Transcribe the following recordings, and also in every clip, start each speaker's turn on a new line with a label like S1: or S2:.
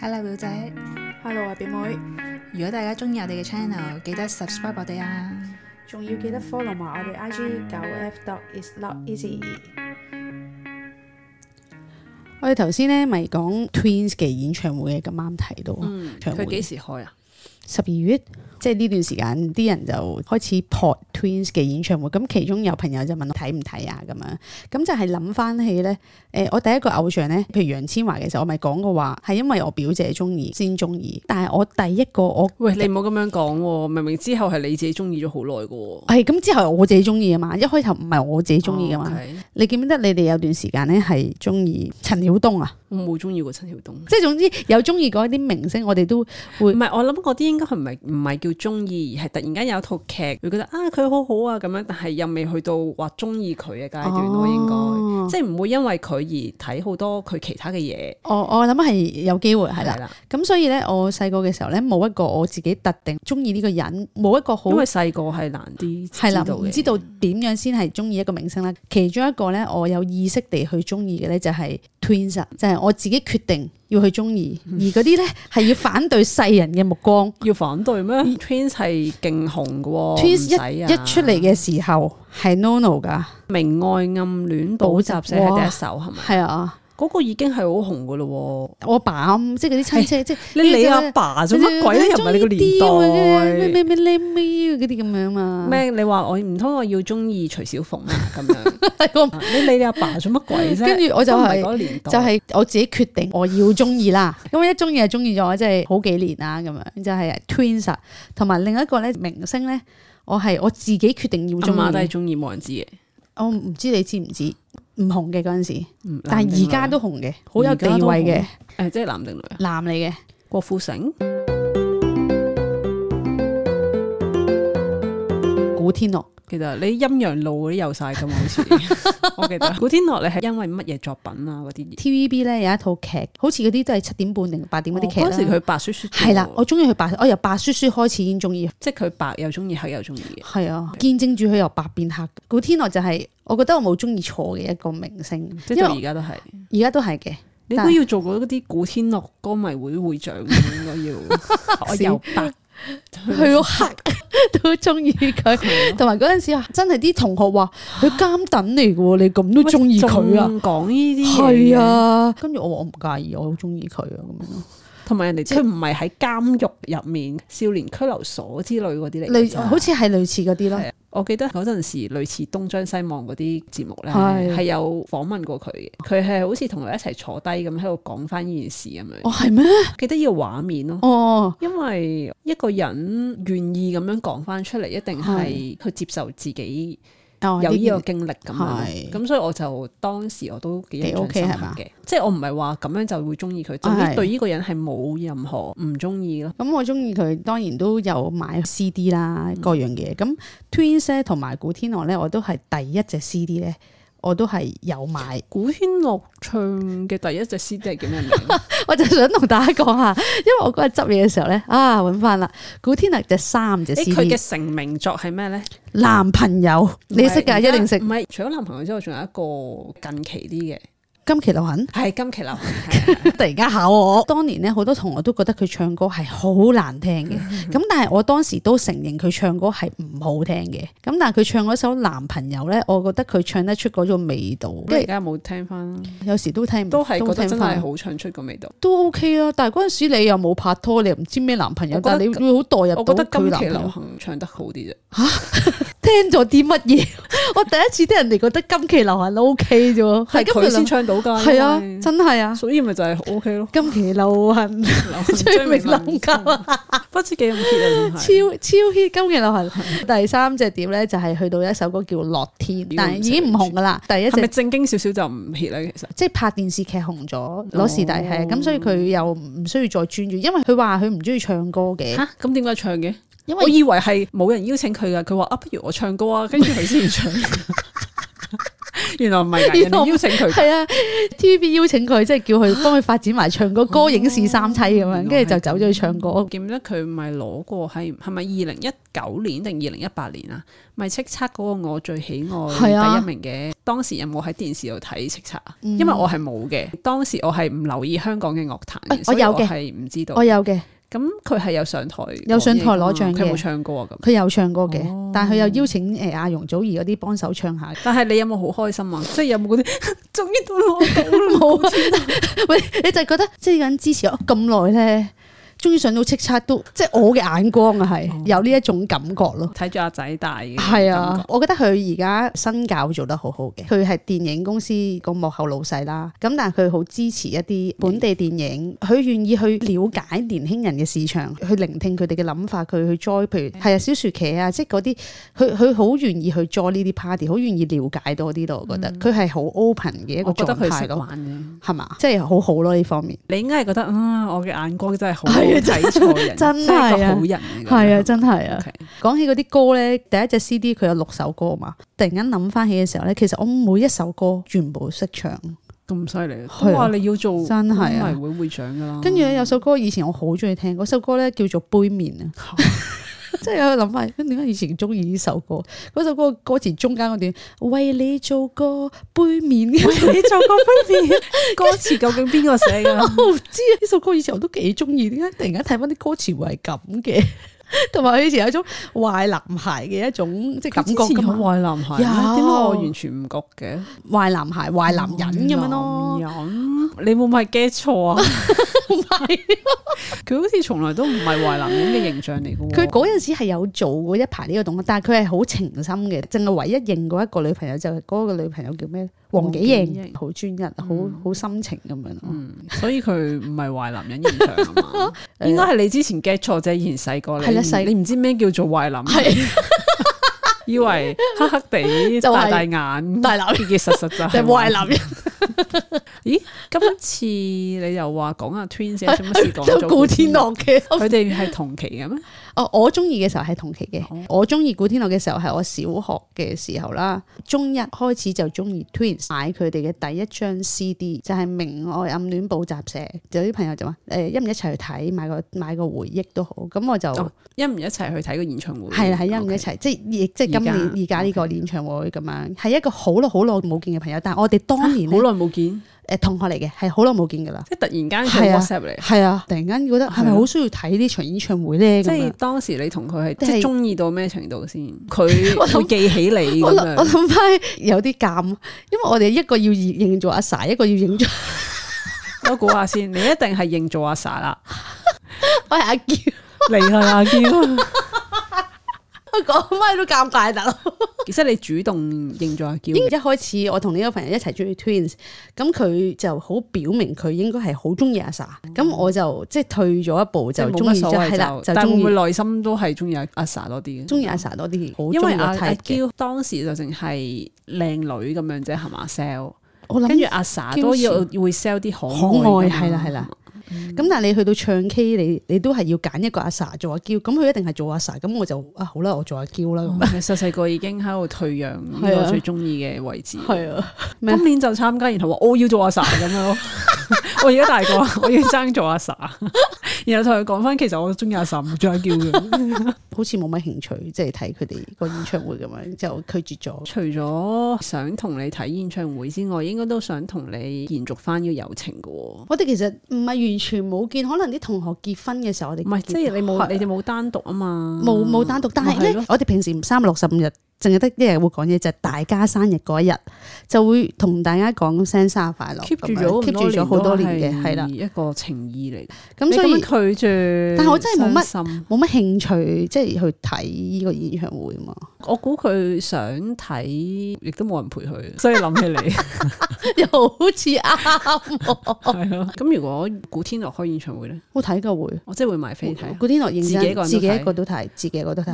S1: Hello 表姐，
S2: Hello 啊，表妹，
S1: 如果大家中意我哋嘅 channel，記得 subscribe 我哋啊！
S2: 仲要記得 follow 埋我哋 IG 九 F dot is not easy。我哋頭先咧咪講 Twins 嘅演唱會嘅，咁啱提到唱會
S1: 時開啊？
S2: 十二月，即係呢段時間啲人就開始撲 Twins 嘅演唱會。咁其中有朋友就問我睇唔睇啊咁樣，咁就係諗翻起咧，誒、我第一個偶像咧，譬如楊千嬅嘅時候，我咪講過話係因為我表姐中意先中意，但係我第一個我
S3: 喂，你唔好咁樣講喎，明明之後係你自己中意咗好耐嘅喎。
S2: 係咁之後我自己中意啊嘛，一開頭唔係我自己中意噶嘛。
S3: 哦，OK
S2: 你記唔記得你哋有段時間咧係中意陳曉東啊？
S3: 我冇中意過陳曉東。
S2: 即係總之有中意嗰啲明星，我哋都
S3: 唔係，我諗嗰啲應該係唔係唔係叫中意，而係突然間有套劇會覺得啊佢好好啊咁樣，但係又未去到話中意佢嘅階段咯，應該
S2: 哦
S3: 即係唔會因為佢而睇好多佢其他嘅嘢。
S2: 我我諗係有機會係啦。
S3: 啦，
S2: 咁所以咧，我細個嘅時候咧，冇一個我自己特定中意呢個人，冇一個好
S3: 因為細個係難啲
S2: 係啦，
S3: 知道
S2: 唔
S3: 嘅。
S2: 知道點樣先係中意一個明星啦。其中一個咧，我有意識地去中意嘅咧，就係 Twins，啊就係我自己決定要去中意，
S3: 嗯
S2: 而嗰啲咧係要反對世人嘅目光。
S3: 要反對咩？Twins 係勁紅嘅喎
S2: 嗯 Twins
S3: 唔使啊
S2: 一出嚟嘅時候係 NoNo 噶，
S3: 明愛暗戀補習社係第一首係咪？
S2: 係啊，
S3: 嗰個已經係好紅嘅咯
S2: 我爸咁即係嗰啲親戚，即係
S3: 喎。哎你你阿爸做乜鬼咧？又唔係你個年代
S2: 咩。咩咩咩咩嗰啲咁樣嘛？
S3: 咩？你話我唔通我要中意徐小鳳 啊？咁樣啊
S2: 我
S3: 你你阿爸做乜鬼啫？
S2: 跟住我就
S3: 都唔
S2: 係
S3: 係嗰個年代，
S2: 就係我自己決定我要中意 啦。咁一中意就中意咗，即係好幾年啦咁樣，就係 Twins 啊同埋另一個咧明星咧，我係我自己決定要
S3: 阿
S2: 中
S3: 媽都係
S2: 意。
S3: 中意冇人知嘅，
S2: 我唔知你知唔知？唔紅嘅嗰陣時，
S3: 嗯
S2: 但係而家都紅嘅，好有地位嘅
S3: 誒，即係男定女啊？
S2: 男嚟嘅。
S3: 郭富城
S2: 古天樂
S3: 記得你陰陽路嗰啲有晒㗎嘛？好似 我記得古天樂，你係因為乜嘢作品啊？嗰啲
S2: TVB 咧有一套劇，好似嗰啲都係七點半定八點嗰啲劇
S3: 哦嗰時
S2: 啦。
S3: 佢白雪雪
S2: 係啦，我中意佢白，我由白雪雪開始已經中意，
S3: 即係佢白又中意，黑又中意嘅。
S2: 係啊，見證住佢由白變黑。古天樂就係、我覺得我冇中意錯嘅一個明星，
S3: 即
S2: 因
S3: 係
S2: 為
S3: 到而家都係，
S2: 而家都係嘅。
S3: 你
S2: 但
S3: 都要做過嗰啲古天樂歌迷會會長嘅應該 要，我又白，
S2: 佢好黑 都中意
S3: 啊
S2: 佢，同埋嗰陣時真係啲同學話佢監等嚟嘅喎，你咁都中意佢啊？
S3: 仲講呢啲嘢嘅
S2: 係啊，跟住我話我唔介意，我好中意佢啊咁樣咯。
S3: 同埋人哋佢唔係喺監獄入面、少年拘留所之類嗰啲嚟嘅
S2: 類
S3: 咋，
S2: 好似係類似嗰啲咯
S3: 係。啊我記得嗰陣時類似東張西望嗰啲節目咧，
S2: 係
S3: 係有訪問過佢嘅。佢係好似同佢一齊坐低咁喺度講翻呢件事咁樣。
S2: 哦，係咩？
S3: 記得呢個畫面咯。
S2: 哦，
S3: 因為一個人願意咁樣講翻出嚟，一定係佢接受自己
S2: 哦
S3: 有呢
S2: 啲
S3: 個經歷咁樣。
S2: 係
S3: 咁所以我就當時我都幾印
S2: 幾
S3: 象
S2: OK
S3: 深
S2: 係嘛
S3: 刻嘅，即係我唔係話咁樣就會中意佢，總
S2: 係
S3: 之對呢個人係冇任何唔中意咯。
S2: 咁我中意佢，當然都有買 CD 啦，各樣嘢。咁 Twins 咧同埋古天樂咧，我都係第一隻 CD 咧，我都係有買。
S3: 古天樂唱嘅第一隻 CD 係叫咩名？ 啊
S2: 我就想同大家講下，因為我嗰日執嘢嘅時候咧，啊揾翻啦，古天樂隻三隻
S3: 誒
S2: CD，
S3: 佢嘅成名作係咩咧？
S2: 男朋友你識㗎，
S3: 唔係
S2: 一定識
S3: 唔。係，除咗男朋友之外，仲有一個近期啲嘅，
S2: 今期流 行
S3: 係今期流 行。係啊
S2: 突然間考我，當年咧好多同學都覺得佢唱歌係好難聽
S3: 嗯
S2: 嘅，咁但係我當時都承認佢唱歌係唔好聽嘅。咁但係佢唱嗰首男朋友咧，我覺得佢唱得出嗰種味道，
S3: 咁
S2: 跟
S3: 而
S2: 住
S3: 家有冇聽翻？
S2: 有時都聽唔
S3: 都係覺得
S2: 聽
S3: 真
S2: 返
S3: 係好唱出個味道。
S2: 都 OK 啊。但係嗰陣時你又冇拍拖，你又唔知咩男朋友，
S3: 我覺
S2: 但
S3: 得
S2: 係你會好代入
S3: 我覺
S2: 到
S3: 得
S2: 佢
S3: 今
S2: 男
S3: 期
S2: 朋
S3: 流
S2: 友。
S3: 行唱得好啲啫。
S2: 聽咗啲乜嘢？我第一次聽人哋覺得今期流行 OK 啫喎，
S3: 係
S2: 係今期
S3: 佢先
S2: 流行
S3: 唱到㗎。
S2: 係啊
S3: 因，為
S2: 真係啊，
S3: 所以咪就係 O K 咯。
S2: 今期流行。追名林家
S3: 不知幾咁 hit 啊！
S2: 超
S3: 真係
S2: 超 hit 今期流行。第三隻碟咧就係去到一首歌叫《樂天》，但係已經唔紅噶啦。第一
S3: 係咪
S2: 隻
S3: 正經少少就唔 hit 咧？其實
S2: 即係拍電視劇紅咗，攞視帝
S3: 哦
S2: 係咁，所以佢又唔需要再專注，因為佢話佢唔中意唱歌嘅，
S3: 嚇咁點解唱嘅？
S2: 因
S3: 我
S2: 為
S3: 以為係冇人邀請佢噶，佢話啊，不如我唱歌啊，跟住佢先唱。原來唔係㗎，
S2: 原
S3: 人
S2: 來唔
S3: 哋邀請佢
S2: 係啊，TVB 邀請佢，即係叫佢幫佢發展埋唱歌、歌影視三棲咁樣，跟住就走咗去唱歌。
S3: 記唔記得佢咪攞過係係咪二零一九年定二零一八年啊？咪叱咤嗰個我最喜
S2: 係啊嗯
S3: 愛第一名嘅，當時有冇喺電視度睇叱咤啊？因為我係冇嘅，當時我係唔留意香港嘅樂壇
S2: 哎
S3: 嘅，
S2: 我
S3: 所以
S2: 有
S3: 我
S2: 嘅
S3: 係唔知道
S2: 我。有嘅，
S3: 咁佢係有上台，
S2: 有上台攞獎嘅
S3: 佢有冇唱歌啊？咁，
S2: 佢有唱歌嘅，但係佢又邀請誒阿容祖兒嗰啲幫手唱下。
S3: 但係你有冇好開心啊？即係有冇嗰啲 終於都攞到啦？
S2: 冇啊！喂，你就係覺得即係有人支持我咁耐咧，終於上到叱咤都，即係我嘅眼光啊，係有呢一種感覺咯。
S3: 睇住阿仔大嘅，
S2: 係啊，，我覺得佢而家新教做得好好嘅，佢係電影公司個幕後老細啦。咁但係佢好支持一啲本地電影，佢願意去了解年輕人嘅市場，去聆聽佢哋嘅諗法，佢去 join，譬如係啊小薯茄啊，即係嗰啲，佢佢好願意去 join 呢啲 party，好願意了解多啲咯。我覺得佢係好 open 嘅一個
S3: 我覺得
S2: 狀
S3: 佢
S2: 態
S3: 識
S2: 咯，
S3: 玩嘅。
S2: 係嘛？即係好好咯呢方面。
S3: 你應該係覺得啊，我嘅眼光真係好
S2: 係啊
S3: 睇錯人，
S2: 真
S3: 真係一
S2: 係
S3: 個
S2: 啊
S3: 好人嚟㗎。
S2: 係啊，真係啊
S3: OK。。
S2: 講起嗰啲歌咧，第一隻 CD 佢有六首歌嘛，突然間諗翻起嘅時候咧，其實我每一首歌全部識唱。
S3: 哦咁犀利，
S2: 係啊
S3: 都話你要做
S2: 真係啊
S3: 歌迷會會長噶啦。
S2: 跟住咧有首歌以前我好中意聽，嗰首歌咧叫做《杯麵》 啊。即係有諗法，點解以前中意呢首歌？嗰首歌歌詞中間嗰段，為你做個杯 麵，
S3: 你做過分 別歌詞究竟邊個寫噶？
S2: 我唔知啊！呢首歌以前我都幾中意，點解突然間睇翻啲歌詞會係咁嘅？ 同埋佢以前有一種壞男孩嘅一種即係感覺
S3: 咁
S2: 㗎嘛。
S3: 壞男孩
S2: 有
S3: 咩，點解我完全唔覺嘅？
S2: 壞男孩、壞男人咁樣咯，
S3: 男人，你會唔會係 get 錯啊？
S2: 唔係
S3: 佢好似從來都唔係壞男人嘅形象嚟嘅
S2: 佢
S3: 喎。
S2: 嗰陣時係有做過一排呢個動作，但係佢係好情深嘅，淨係唯一認過一個女朋友就係、嗰個女朋友叫咩？黃紀
S3: 黃
S2: 瑩，
S3: 紀瑩
S2: 好專一，好好深情咁樣咯。
S3: 所以佢唔係壞男人形象啊 嘛，應該係你之前 get 錯啫。以前細個
S2: 係
S3: 你
S2: 啦
S3: 唔
S2: 細
S3: 你唔知咩叫做壞男人，
S2: 係
S3: 以為黑黑地、
S2: 就係
S3: 大大眼、
S2: 大男人
S3: 結結實實就
S2: 就
S3: 係
S2: 係啊壞男人，
S3: 咦，今次你又話講阿 Twins 有乜事講咗
S2: 有古天樂嘅。
S3: 佢哋係同期嘅咩？
S2: 哦，我中意嘅時候係同期嘅，我中意古天樂嘅時候係我小學嘅時候啦，中一開始就中意 Twins，買佢哋嘅第一張 CD 就係《明愛暗戀補習社》，有啲朋友就話誒一唔一齊去睇，買個買個回憶都好，咁我就。
S3: 哦一唔一齊去睇個演唱會？
S2: 係啦，係啊一唔一
S3: OK。
S2: 齊，即係亦即係今年而
S3: 而
S2: 家
S3: 家
S2: 呢個演唱會咁樣，係一個好耐好耐冇見嘅朋友，但係我哋當年
S3: 好
S2: 咧
S3: 耐冇見，
S2: 誒同學嚟嘅，係好耐冇見㗎啦，
S3: 即係突然間
S2: 係
S3: 佢
S2: 啊
S3: WhatsApp 嚟，
S2: 係啊，突然間覺得係咪好需要睇呢場演唱會咧
S3: 即
S2: 咁
S3: 係
S2: 樣？
S3: 當時你同佢係
S2: 啊即係
S3: 即係中意到咩程 度先？佢
S2: 我諗
S3: 會記起你
S2: 我
S3: 咁
S2: 諗我
S3: 樣。
S2: 諗翻 有啲尷，因為我哋一個要認做阿 sa，一個要認做
S3: 我估下先，你一定係認做阿 sa 啦，
S2: 我係阿嬌，
S3: 嚟係阿嬌，
S2: 我講乜都尷尬大佬。
S3: 即係你主動認做阿
S2: 應
S3: 嬌。
S2: 一開始我同呢個朋友一齊中意 Twins，咁佢就好表明佢應該係好中意阿 sa，咁我就即係退咗一步
S3: 就
S2: 就
S3: 冇
S2: 中
S3: 乜
S2: 意
S3: 所
S2: 咗，
S3: 謂
S2: 係啦，
S3: 就，
S2: 就
S3: 但
S2: 中
S3: 會唔
S2: 意
S3: 會內心都係中意阿阿 sa 多啲嘅？
S2: 中意阿 sa 多啲，好
S3: 因
S2: 中
S3: 為
S2: 意
S3: 阿
S2: 個
S3: 阿
S2: type 嘅。
S3: 嬌當時就淨係靚女咁樣啫，係嘛 sell，
S2: 我諗
S3: 跟住阿 sa 都要會 sell 啲可愛㗎啊嗯嘛
S2: 可愛係啦係啦。咁，但係你去到唱 K，你你都係要揀一個阿 sa 做阿嬌，咁佢一定係做阿 sa，咁我就啊好啦，我做阿嬌啦咁。
S3: 你細細個已經喺度退讓呢
S2: 係啊
S3: 個最中意嘅位置。
S2: 係啊，咩
S3: 今年就參加，然後話我要做阿 sa 咁樣 咯。 我而家大個，我要爭做阿 sa，然後同佢講翻，其實我中意阿 sa 唔中意阿 嬌嘅。
S2: 好似冇乜興趣，即係睇佢哋個演唱會咁樣，就拒絕咗。
S3: 除咗想同你睇演唱會之外，應該都想同你延續翻呢個友情嘅喎。
S2: 我哋其實唔係完全冇見，可能啲同學結婚嘅時候，我哋
S3: 唔係，即係你冇
S2: 哋
S3: 你哋冇單獨啊嘛，
S2: 冇冇單獨，但係
S3: 咪係
S2: 咧
S3: 咯，
S2: 我哋平時三百六十五日，淨係得一日會講嘢，就係大家生日嗰一日，就會同大家講聲生日快樂
S3: 哦 keep 住
S2: 咁樣
S3: 咗
S2: keep 住咗好多年嘅，係
S3: 係
S2: 啦。
S3: 一個情義嚟。
S2: 咁所以
S3: 你咁樣拒絕，
S2: 但係我真係冇乜
S3: 乜心。
S2: 冇乜興趣，即係去睇呢個演唱會 嘛。
S3: 我估佢想睇，亦都冇人陪佢，所以諗 起你
S2: 又好似
S3: 啊
S2: 啱我，
S3: 係咯。 咁如果古天樂開演唱會咧，
S2: 我睇過會。
S3: 我真係會買飛睇。
S2: 古天樂認
S3: 自己一
S2: 真，
S3: 個人都睇嗯
S2: 自己一個都睇，自己一個都睇。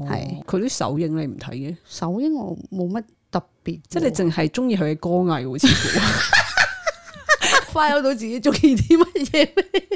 S3: 哇
S2: 係
S3: 佢啲首映你唔睇嘅，
S2: 首英我冇乜特別喎，
S3: 即係你淨係中意佢嘅歌 藝好似乎。
S2: 快有到自己中意啲乜嘢咩？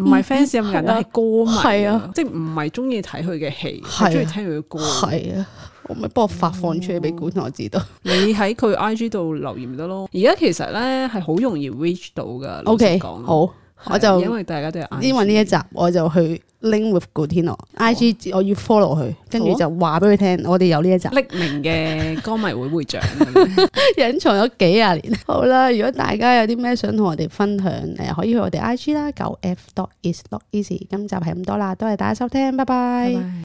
S3: 唔係 fans 咁簡單，係歌迷，
S2: 係啊，
S3: 即係唔係中意睇佢嘅戲，
S2: 係啊
S3: 係中意聽佢嘅歌。
S2: 係啊，我咪幫我發放出去
S3: 哦
S2: 俾觀眾知道。
S3: 你喺佢 IG 度留言咪得咯。而家其實咧係好容易 reach 到噶。老
S2: O K，
S3: 實講啊
S2: 好，
S3: 係
S2: 我就
S3: 因為大家都有 IG
S2: 因為呢一集我就去 link with 古天樂 I G，我要 follow 佢，跟住就話俾佢聽，我哋有呢一集，
S3: 匿名嘅歌迷會會長，
S2: 隱藏咗幾廿年。 好啦，如果大家有啲咩想同我哋分享，誒可以去我哋 I G 啦，九 F dot is dot easy。今集係咁多啦，多謝大家收聽，拜
S1: 拜
S2: 拜。
S1: 拜。